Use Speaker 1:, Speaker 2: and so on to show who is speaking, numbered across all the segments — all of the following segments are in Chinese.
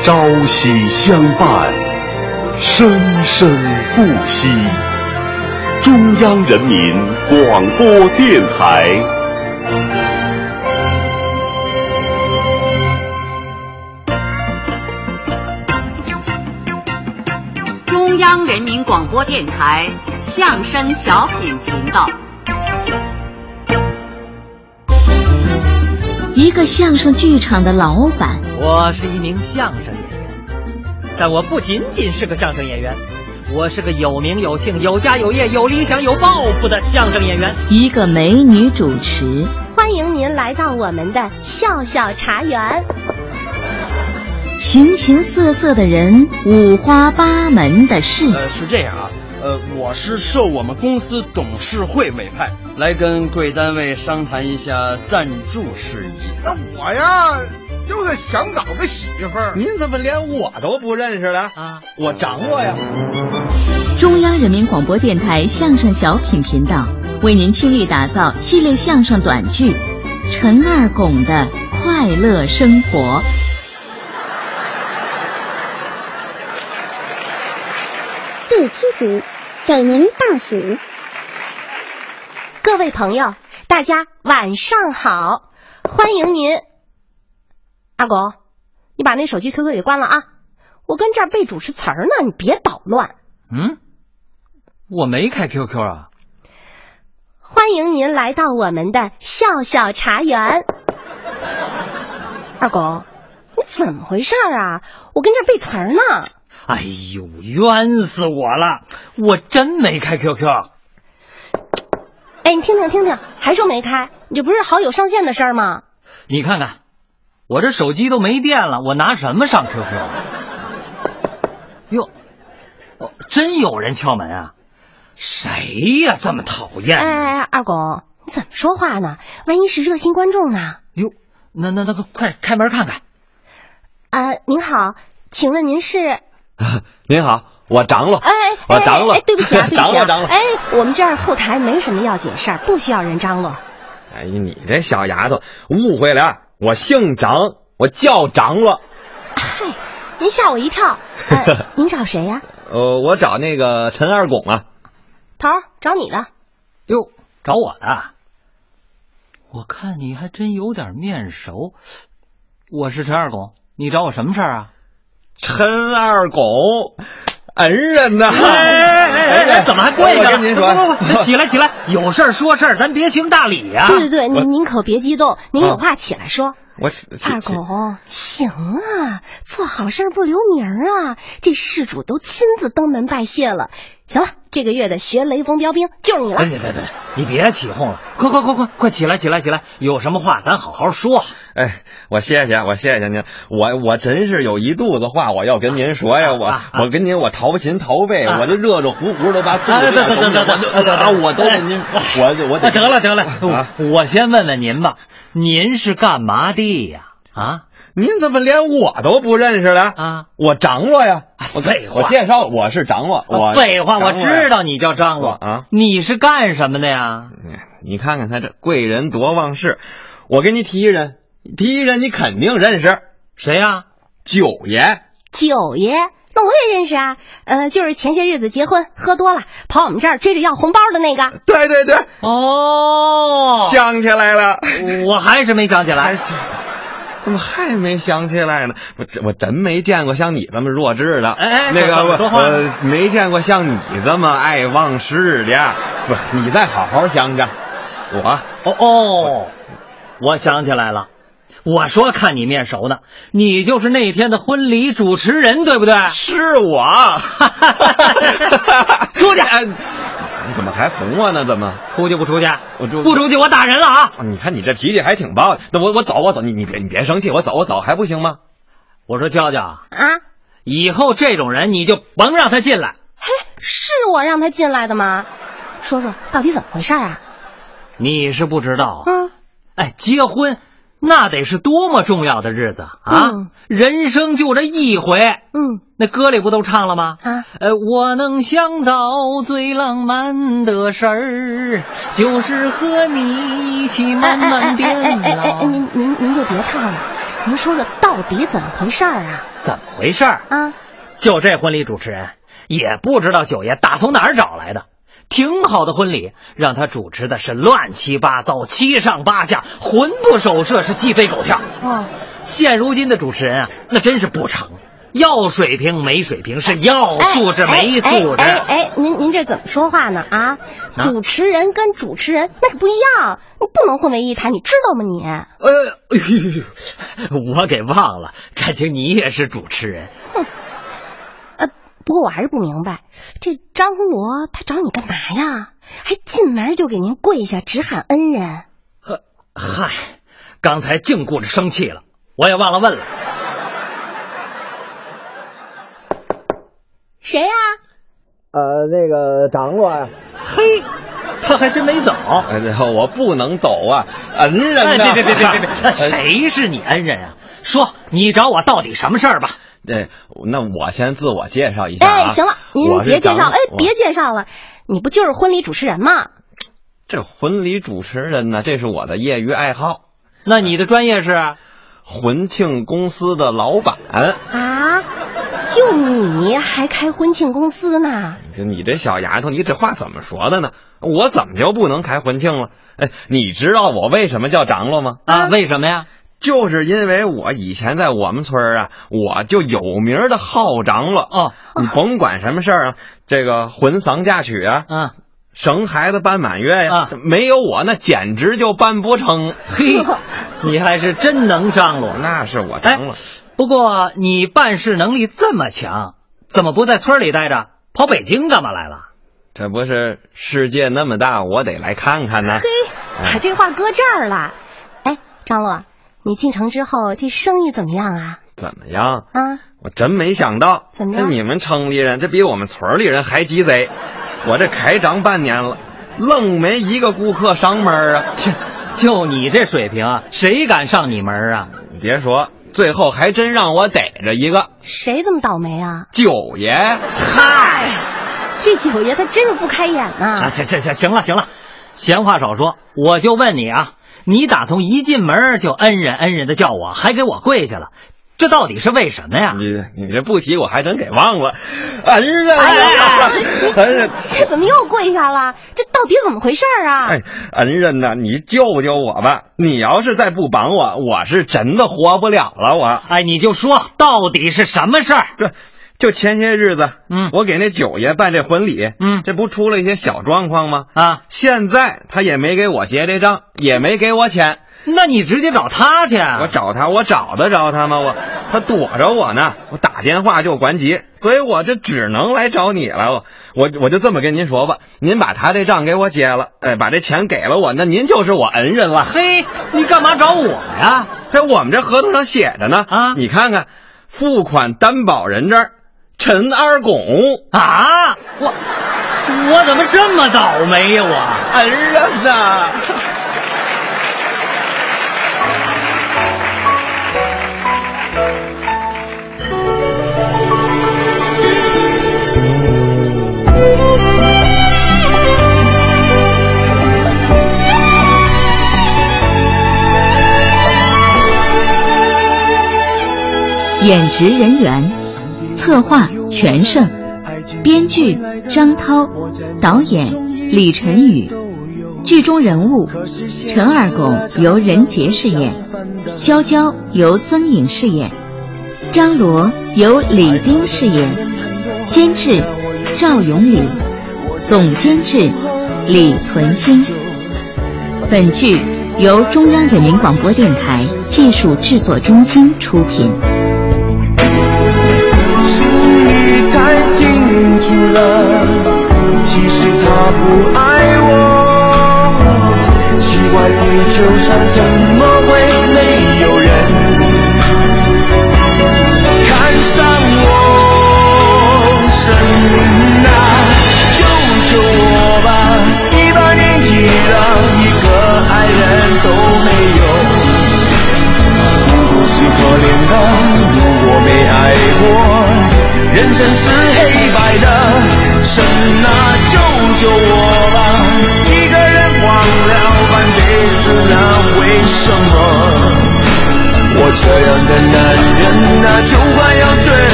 Speaker 1: 朝夕相伴，生生不息。中央人民广播电台。
Speaker 2: 中央人民广播电台相声小品频道。
Speaker 3: 一个相声剧场的老板，
Speaker 4: 我是一名相声演员，但我不仅仅是个相声演员，我是个有名有姓、有家有业、有理想、有抱负的相声演员。
Speaker 3: 一个美女主持，
Speaker 5: 欢迎您来到我们的笑笑茶园。
Speaker 3: 形形色色的人，五花八门的事。
Speaker 6: 呃，是这样啊，呃，我是受我们公司董事会委派，来跟贵单位商谈一下赞助事宜。
Speaker 7: 那我呀，就是想找个媳妇儿。
Speaker 8: 您怎么连我都不认识了
Speaker 4: 啊？
Speaker 8: 我掌握呀！
Speaker 3: 中央人民广播电台相声小品频道为您倾力打造系列相声短剧《陈二拱的快乐生活》。
Speaker 9: 第七集，给您报喜。
Speaker 5: 各位朋友，大家晚上好，欢迎您。阿狗，你把那手机 QQ 给关了啊！我跟这儿背主持词儿呢，你别捣乱。
Speaker 4: 嗯，我没开 QQ 啊。
Speaker 5: 欢迎您来到我们的笑笑茶园。二狗，你怎么回事儿啊？我跟这儿背词儿呢。
Speaker 4: 哎呦，冤死我了！我真没开 QQ。
Speaker 5: 哎，你听听听听，还说没开？你这不是好友上线的事儿吗？
Speaker 4: 你看看，我这手机都没电了，我拿什么上 QQ？啊哟，哦，真有人敲门啊！谁呀、这么讨厌？
Speaker 5: 哎哎，哎二狗，你怎么说话呢？万一是热心观众呢？
Speaker 4: 哟，那那那个快开门看看。
Speaker 5: 呃，您好，请问您是？哎
Speaker 8: 您好，我长老，
Speaker 5: 哎，
Speaker 8: 我
Speaker 5: 哎
Speaker 8: 长老
Speaker 5: 哎，对不 起啊，对不
Speaker 8: 长
Speaker 5: 起啊，
Speaker 8: 老长老。
Speaker 5: 哎，我们这儿后台没什么要紧事儿，不需要人张 罗。
Speaker 8: 哎，你这小丫头误会了，啊我姓长，我叫长老。
Speaker 5: 嗨，您吓我一跳。 呃、您找谁呀、
Speaker 8: 呃，我找那个陈二拱啊。
Speaker 5: 头儿找你了。
Speaker 4: 哟，找我的？我看你还真有点面熟。我是陈二拱，你找我什么事儿啊？
Speaker 8: 陈二拱，恩人呐！
Speaker 4: 哎怎么还跪
Speaker 8: 我
Speaker 4: 着？
Speaker 8: 跟您说，
Speaker 4: 不不不，起来起来，有事儿说事儿，咱别行大礼呀、
Speaker 5: 对对对，您您可别激动，您有
Speaker 8: 啊
Speaker 5: 话起来说。
Speaker 8: 我
Speaker 5: 二狗，行啊，做好事儿不留名儿啊！这事主都亲自登门拜谢了。行了，这个月的学雷锋标兵就是你了
Speaker 4: 哎，。别别别，你别起哄了，快快快快快起来起来起来，有什么话咱好好说。
Speaker 8: 哎，我谢谢，我谢谢您，我我真是有一肚子话我要跟您说呀，我、
Speaker 4: 啊啊
Speaker 8: 我跟您我掏心掏肺，
Speaker 4: 啊
Speaker 8: 我就热热乎乎的把肚
Speaker 4: 哎
Speaker 8: 子
Speaker 4: 等
Speaker 8: 这
Speaker 4: 等等
Speaker 8: 东西
Speaker 4: 等
Speaker 8: 我
Speaker 4: 等
Speaker 8: 就
Speaker 4: 等
Speaker 8: 啊，我都
Speaker 4: 哎
Speaker 8: 得您，我就我
Speaker 4: 啊
Speaker 8: 得
Speaker 4: 得了得了，
Speaker 8: 啊
Speaker 4: 我我先问问您吧，您是干嘛的呀？啊
Speaker 8: 您怎么连我都不认识了？
Speaker 4: 啊！
Speaker 8: 我长罗呀，我
Speaker 4: 废话啊
Speaker 8: 我介绍我是长罗，我
Speaker 4: 废话，我知
Speaker 8: 道。
Speaker 4: 道你叫张罗
Speaker 8: 我啊
Speaker 4: 你是干什么的呀？
Speaker 8: 你看看他这贵人多忘事，我给你提一人，提一人你肯定认识，
Speaker 4: 谁呀、
Speaker 8: 九爷。
Speaker 5: 九爷，那我也认识啊，呃，就是前些日子结婚喝多了，跑我们这儿追着要红包的那个。
Speaker 8: 对对对，
Speaker 4: 哦，
Speaker 8: 想起来了。
Speaker 4: 我还是没想起
Speaker 8: 哎，
Speaker 4: 来。
Speaker 8: 这怎么还没想起来呢？我这我真没见过像你这么弱智的。
Speaker 4: 哎哎
Speaker 8: 那
Speaker 4: 怎
Speaker 8: 个
Speaker 4: 么
Speaker 8: 我
Speaker 4: 说话呢
Speaker 8: 我没见过像你这么爱忘事的。不，你再好好想想，我
Speaker 4: 哦哦，我想起来了，我说看你面熟呢，你就是那天的婚礼主持人，对不对？。
Speaker 8: 是我
Speaker 4: 出去
Speaker 8: 哎你怎么还哄我呢？怎么？
Speaker 4: 出去不出去？
Speaker 8: 我就
Speaker 4: 不出去，我打人了啊！
Speaker 8: 你看你这脾气还挺暴的。那我我走我走，你你别你别生气，我走我走还不行吗？
Speaker 4: 我说娇娇，
Speaker 5: 啊，
Speaker 4: 以后这种人你就甭让他进来。
Speaker 5: 嘿，是我让他进来的吗？说说到底怎么回事儿啊？
Speaker 4: 你是不知道啊，
Speaker 5: 啊，
Speaker 4: 哎，结婚那得是多么重要的日子啊！
Speaker 5: 嗯
Speaker 4: 人生就这一回，
Speaker 5: 嗯
Speaker 4: 那歌里不都唱了吗？
Speaker 5: 啊，
Speaker 4: 呃，我能想到最浪漫的事儿，就是和你一起慢慢变老。哎
Speaker 5: 您您您就别唱了，您说说到底怎么回事儿啊？
Speaker 4: 怎么回事儿？
Speaker 5: 啊，
Speaker 4: 就这婚礼主持人也不知道九爷打从哪儿找来的，挺好的婚礼让他主持的是乱七八糟、七上八下、魂不守舍，是鸡飞狗跳。
Speaker 5: 哦，
Speaker 4: 现如今的主持人啊，那真是不成，要水平没水平，是要
Speaker 5: 哎
Speaker 4: 素质没素质。
Speaker 5: 哎哎哎，哎您您这怎么说话呢？啊，
Speaker 4: 啊
Speaker 5: 主持人跟主持人那可不一样，你不能混为一谈，你知道吗你？
Speaker 4: 呃，哎呦我给忘了，感情你也是主持人。
Speaker 5: 呃，不过我还是不明白，这张罗他找你干嘛呀？还进门就给您跪下，直喊恩人。
Speaker 4: 呵，嗨，刚才净顾着生气了，我也忘了问了。
Speaker 5: 谁呀、
Speaker 10: 呃，那个张罗呀，
Speaker 4: 嘿，他还真没走。
Speaker 8: 呃 我不能走啊，恩 人
Speaker 4: 哎，
Speaker 8: 呐、
Speaker 4: 别别别 别别别！那谁是你恩人啊？说，你找我到底什么事儿吧？
Speaker 8: 对，哎那我先自我介绍一下、啊。
Speaker 5: 哎，行了，您
Speaker 8: 我是
Speaker 5: 别介
Speaker 8: 张
Speaker 5: 绍，哎，
Speaker 8: 我
Speaker 5: 别介绍了，你不就是婚礼主持人吗？
Speaker 8: 这婚礼主持人呢，这是我的业余爱好。
Speaker 4: 那你的专业是？啊
Speaker 8: 婚庆公司的老板，
Speaker 5: 啊，就你还开婚庆公司呢？
Speaker 8: 你这小丫头，你这话怎么说的呢？我怎么就不能开婚庆了？哎，你知道我为什么叫长罗吗？
Speaker 4: 啊，为什么呀？
Speaker 8: 就是因为我以前在我们村儿啊，我就有名儿的好长罗。
Speaker 4: 哦，
Speaker 8: 你甭管什么事儿啊，这个婚丧嫁娶啊，
Speaker 5: 嗯
Speaker 4: 啊，
Speaker 8: 绳孩子搬满月呀、
Speaker 4: 啊
Speaker 8: 没有我那简直就办不成。
Speaker 4: 嘿，你还是真能张罗。
Speaker 8: 哦那是我长罗。
Speaker 4: 不过你办事能力这么强，怎么不在村里待着，跑北京干嘛来了？
Speaker 8: 这不是世界那么大，我得来看看呢。哎
Speaker 5: 嘿，把这话搁这儿了。哎，张罗，你进城之后这生意怎么样啊？
Speaker 8: 怎么样？
Speaker 5: 啊，
Speaker 8: 我真没想到，
Speaker 5: 怎么
Speaker 8: 这
Speaker 5: 样
Speaker 8: 你们城里人这比我们村里人还鸡贼。我这开张半年了，愣没一个顾客上门儿啊！
Speaker 4: 切，就你这水平啊，谁敢上你门啊？
Speaker 8: 你别说，最后还真让我逮着一个
Speaker 5: 谁这么倒霉啊？
Speaker 8: 九爷。
Speaker 4: 嗨，
Speaker 5: 这九爷他真是不开眼呐、
Speaker 4: 啊，行行行，行了行了，闲话少说，我就问你啊，你打从一进门就恩人恩人的叫我，还给我跪下了，这到底是为什么呀？
Speaker 8: 你你这不提我还真给忘了，恩人啊
Speaker 5: 哎，
Speaker 8: 恩人，
Speaker 5: 这怎么又跪下了？这到底怎么回事儿啊？
Speaker 8: 哎，恩人呐，你救救我吧！你要是再不帮我，我是真的活不了了，我。
Speaker 4: 哎，你就说到底是什么事儿？
Speaker 8: 这就前些日子，
Speaker 4: 嗯
Speaker 8: 我给那九爷办这婚礼，
Speaker 4: 嗯
Speaker 8: 这不出了一些小状况吗？
Speaker 4: 啊
Speaker 8: 现在他也没给我结这账，也没给我钱，
Speaker 4: 那你直接找他去。啊
Speaker 8: 我找他，我找得着他吗？我他躲着我呢，我打电话就关机，所以我这只能来找你了。我我我就这么跟您说吧，您把他这账给我结了，哎，把这钱给了我，那您就是我恩人了。
Speaker 4: 嘿，你干嘛找我呀？
Speaker 8: 在我们这合同上写着呢，
Speaker 4: 啊
Speaker 8: 你看看，付款担保人这儿，陈二拱。
Speaker 4: 啊，我我怎么这么倒霉呀、我
Speaker 8: 恩人呐！
Speaker 3: 演职人员，策划全胜，编剧张涛，导演李晨宇，剧中人物陈二拱由任杰饰演，娇娇由曾颖饰演，张罗由李丁饰演，监制赵永礼，总监制李存兴。本剧由中央人民广播电台技术制作中心出品。
Speaker 11: 心里太清楚了，其实他不爱我。奇怪，地球上怎么会没有人看上我？神啊，救救我吧！一把年纪了，一个爱人都没有。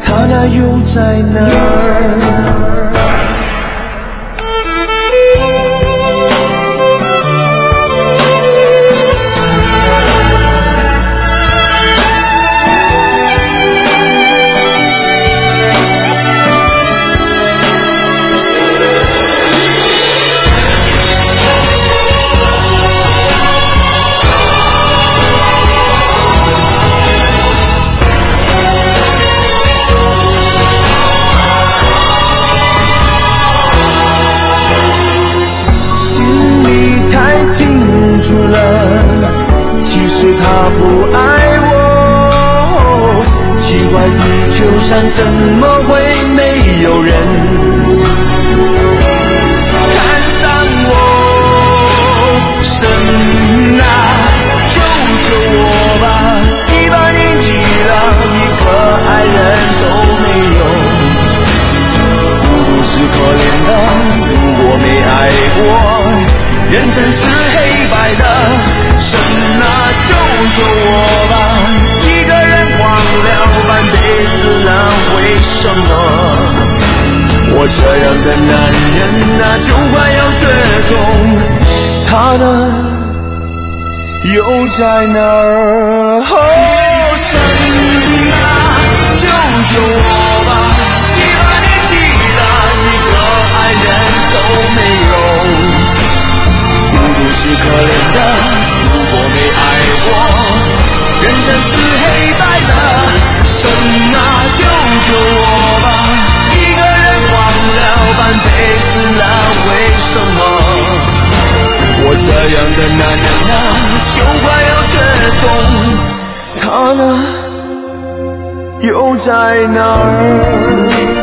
Speaker 8: 他又在哪儿？心里太清楚了，其实他不爱我。奇怪，地球上怎么会没有人看上我？神啊，救救我吧！一把年纪了，一个爱人都没有。孤独是可怜的，如果没爱过，人生是黑白的。神啊，救救我吧！一个人忘了半辈子了，为什么我这样的男人啊，就快要绝种？他呢，又在哪儿？哦，神啊，救救我吧！一把年纪了，一个爱人都没有。孤独是可怜的，如果没爱过，人生是黑白的。神啊，救救我吧！一个人忘了半辈子了，为什么？我这样的男人啊，就快要绝种。他呢，又在哪儿？